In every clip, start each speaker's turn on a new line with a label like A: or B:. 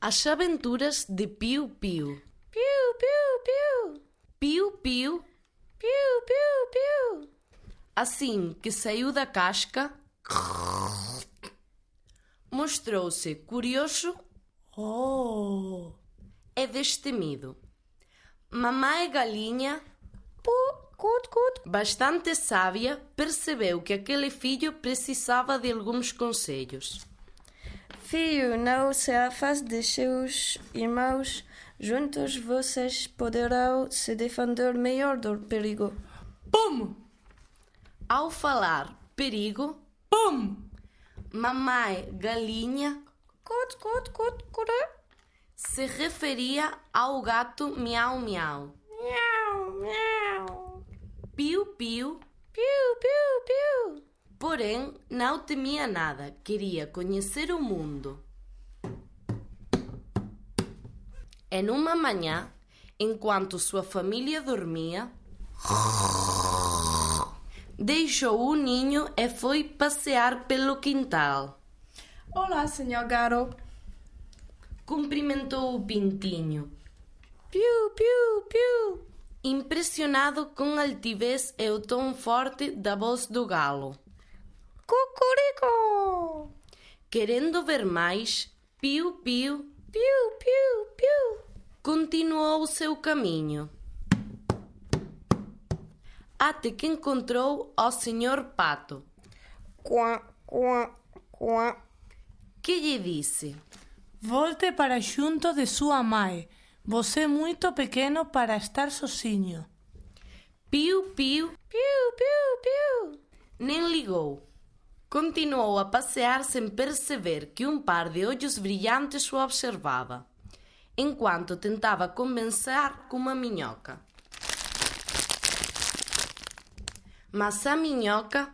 A: As aventuras de Piu Piu.
B: Piu, piu, piu.
A: Piu Piu,
B: Piu, piu, piu.
A: assim que saiu da casca, mostrou-se curioso É
B: Oh.
A: e destemido. Mamãe Galinha,
B: Pu, cut, cut.
A: bastante sábia, percebeu que aquele filho precisava de alguns conselhos.
B: Fio, não se afaste de seus irmãos. Juntos vocês poderão se defender melhor do perigo.
A: Pum! Ao falar perigo, pum! Mamãe Galinha
B: Cut, cut, cut, curé.
A: se referia ao gato miau miau.
B: Miau, miau.
A: Piu piu,
B: Piu, piu, piu.
A: porém não temia nada, queria conhecer o mundo. Em uma manhã, enquanto sua família dormia, deixou o ninho e foi passear pelo quintal.
B: Olá, senhor Garo.
A: Cumprimentou o pintinho,
B: Piu, piu, piu.
A: impressionado com a altivez e o tom forte da voz do galo.
B: Cucurico.
A: Querendo ver mais, Piu Piu
B: Piu, piu, piu.
A: continuou o seu caminho. Até que encontrou ao Sr. Pato,
B: Quá, quá, quá.
A: que lhe disse:
C: Volte para junto de sua mãe. Você é muito pequeno para estar sozinho.
A: Piu Piu
B: Piu, piu, piu.
A: nem ligou. Continuou a passear sem perceber que um par de olhos brilhantes o observava, enquanto tentava convencer com uma minhoca. Mas a minhoca,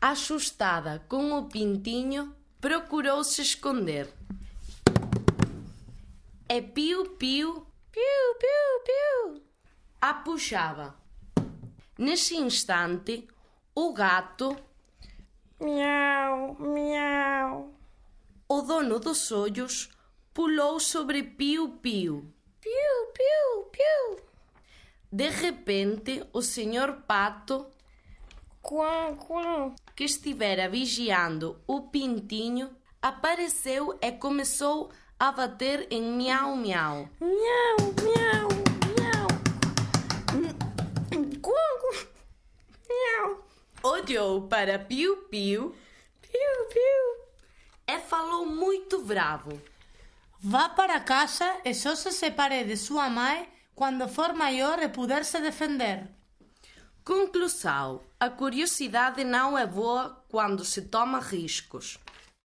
A: assustada com o pintinho, procurou se esconder. É E piu-piu
B: Piu, piu, piu.
A: a puxava. Nesse instante, o gato,
B: Miau, miau.
A: o dono dos olhos, pulou sobre Piu Piu.
B: Piu, piu, piu.
A: De repente, o senhor Pato,
B: Quá, quá.
A: que estivera vigiando o pintinho, apareceu e começou a bater em miau miau.
B: Miau, miau, miau. Mm, Quá, quá. Miau.
A: Olhou para Piu Piu
B: Piu, piu.
A: e falou muito bravo.
C: Vá para casa e só se separe de sua mãe quando for maior e puder se defender.
A: Conclusão: a curiosidade não é boa quando se toma riscos.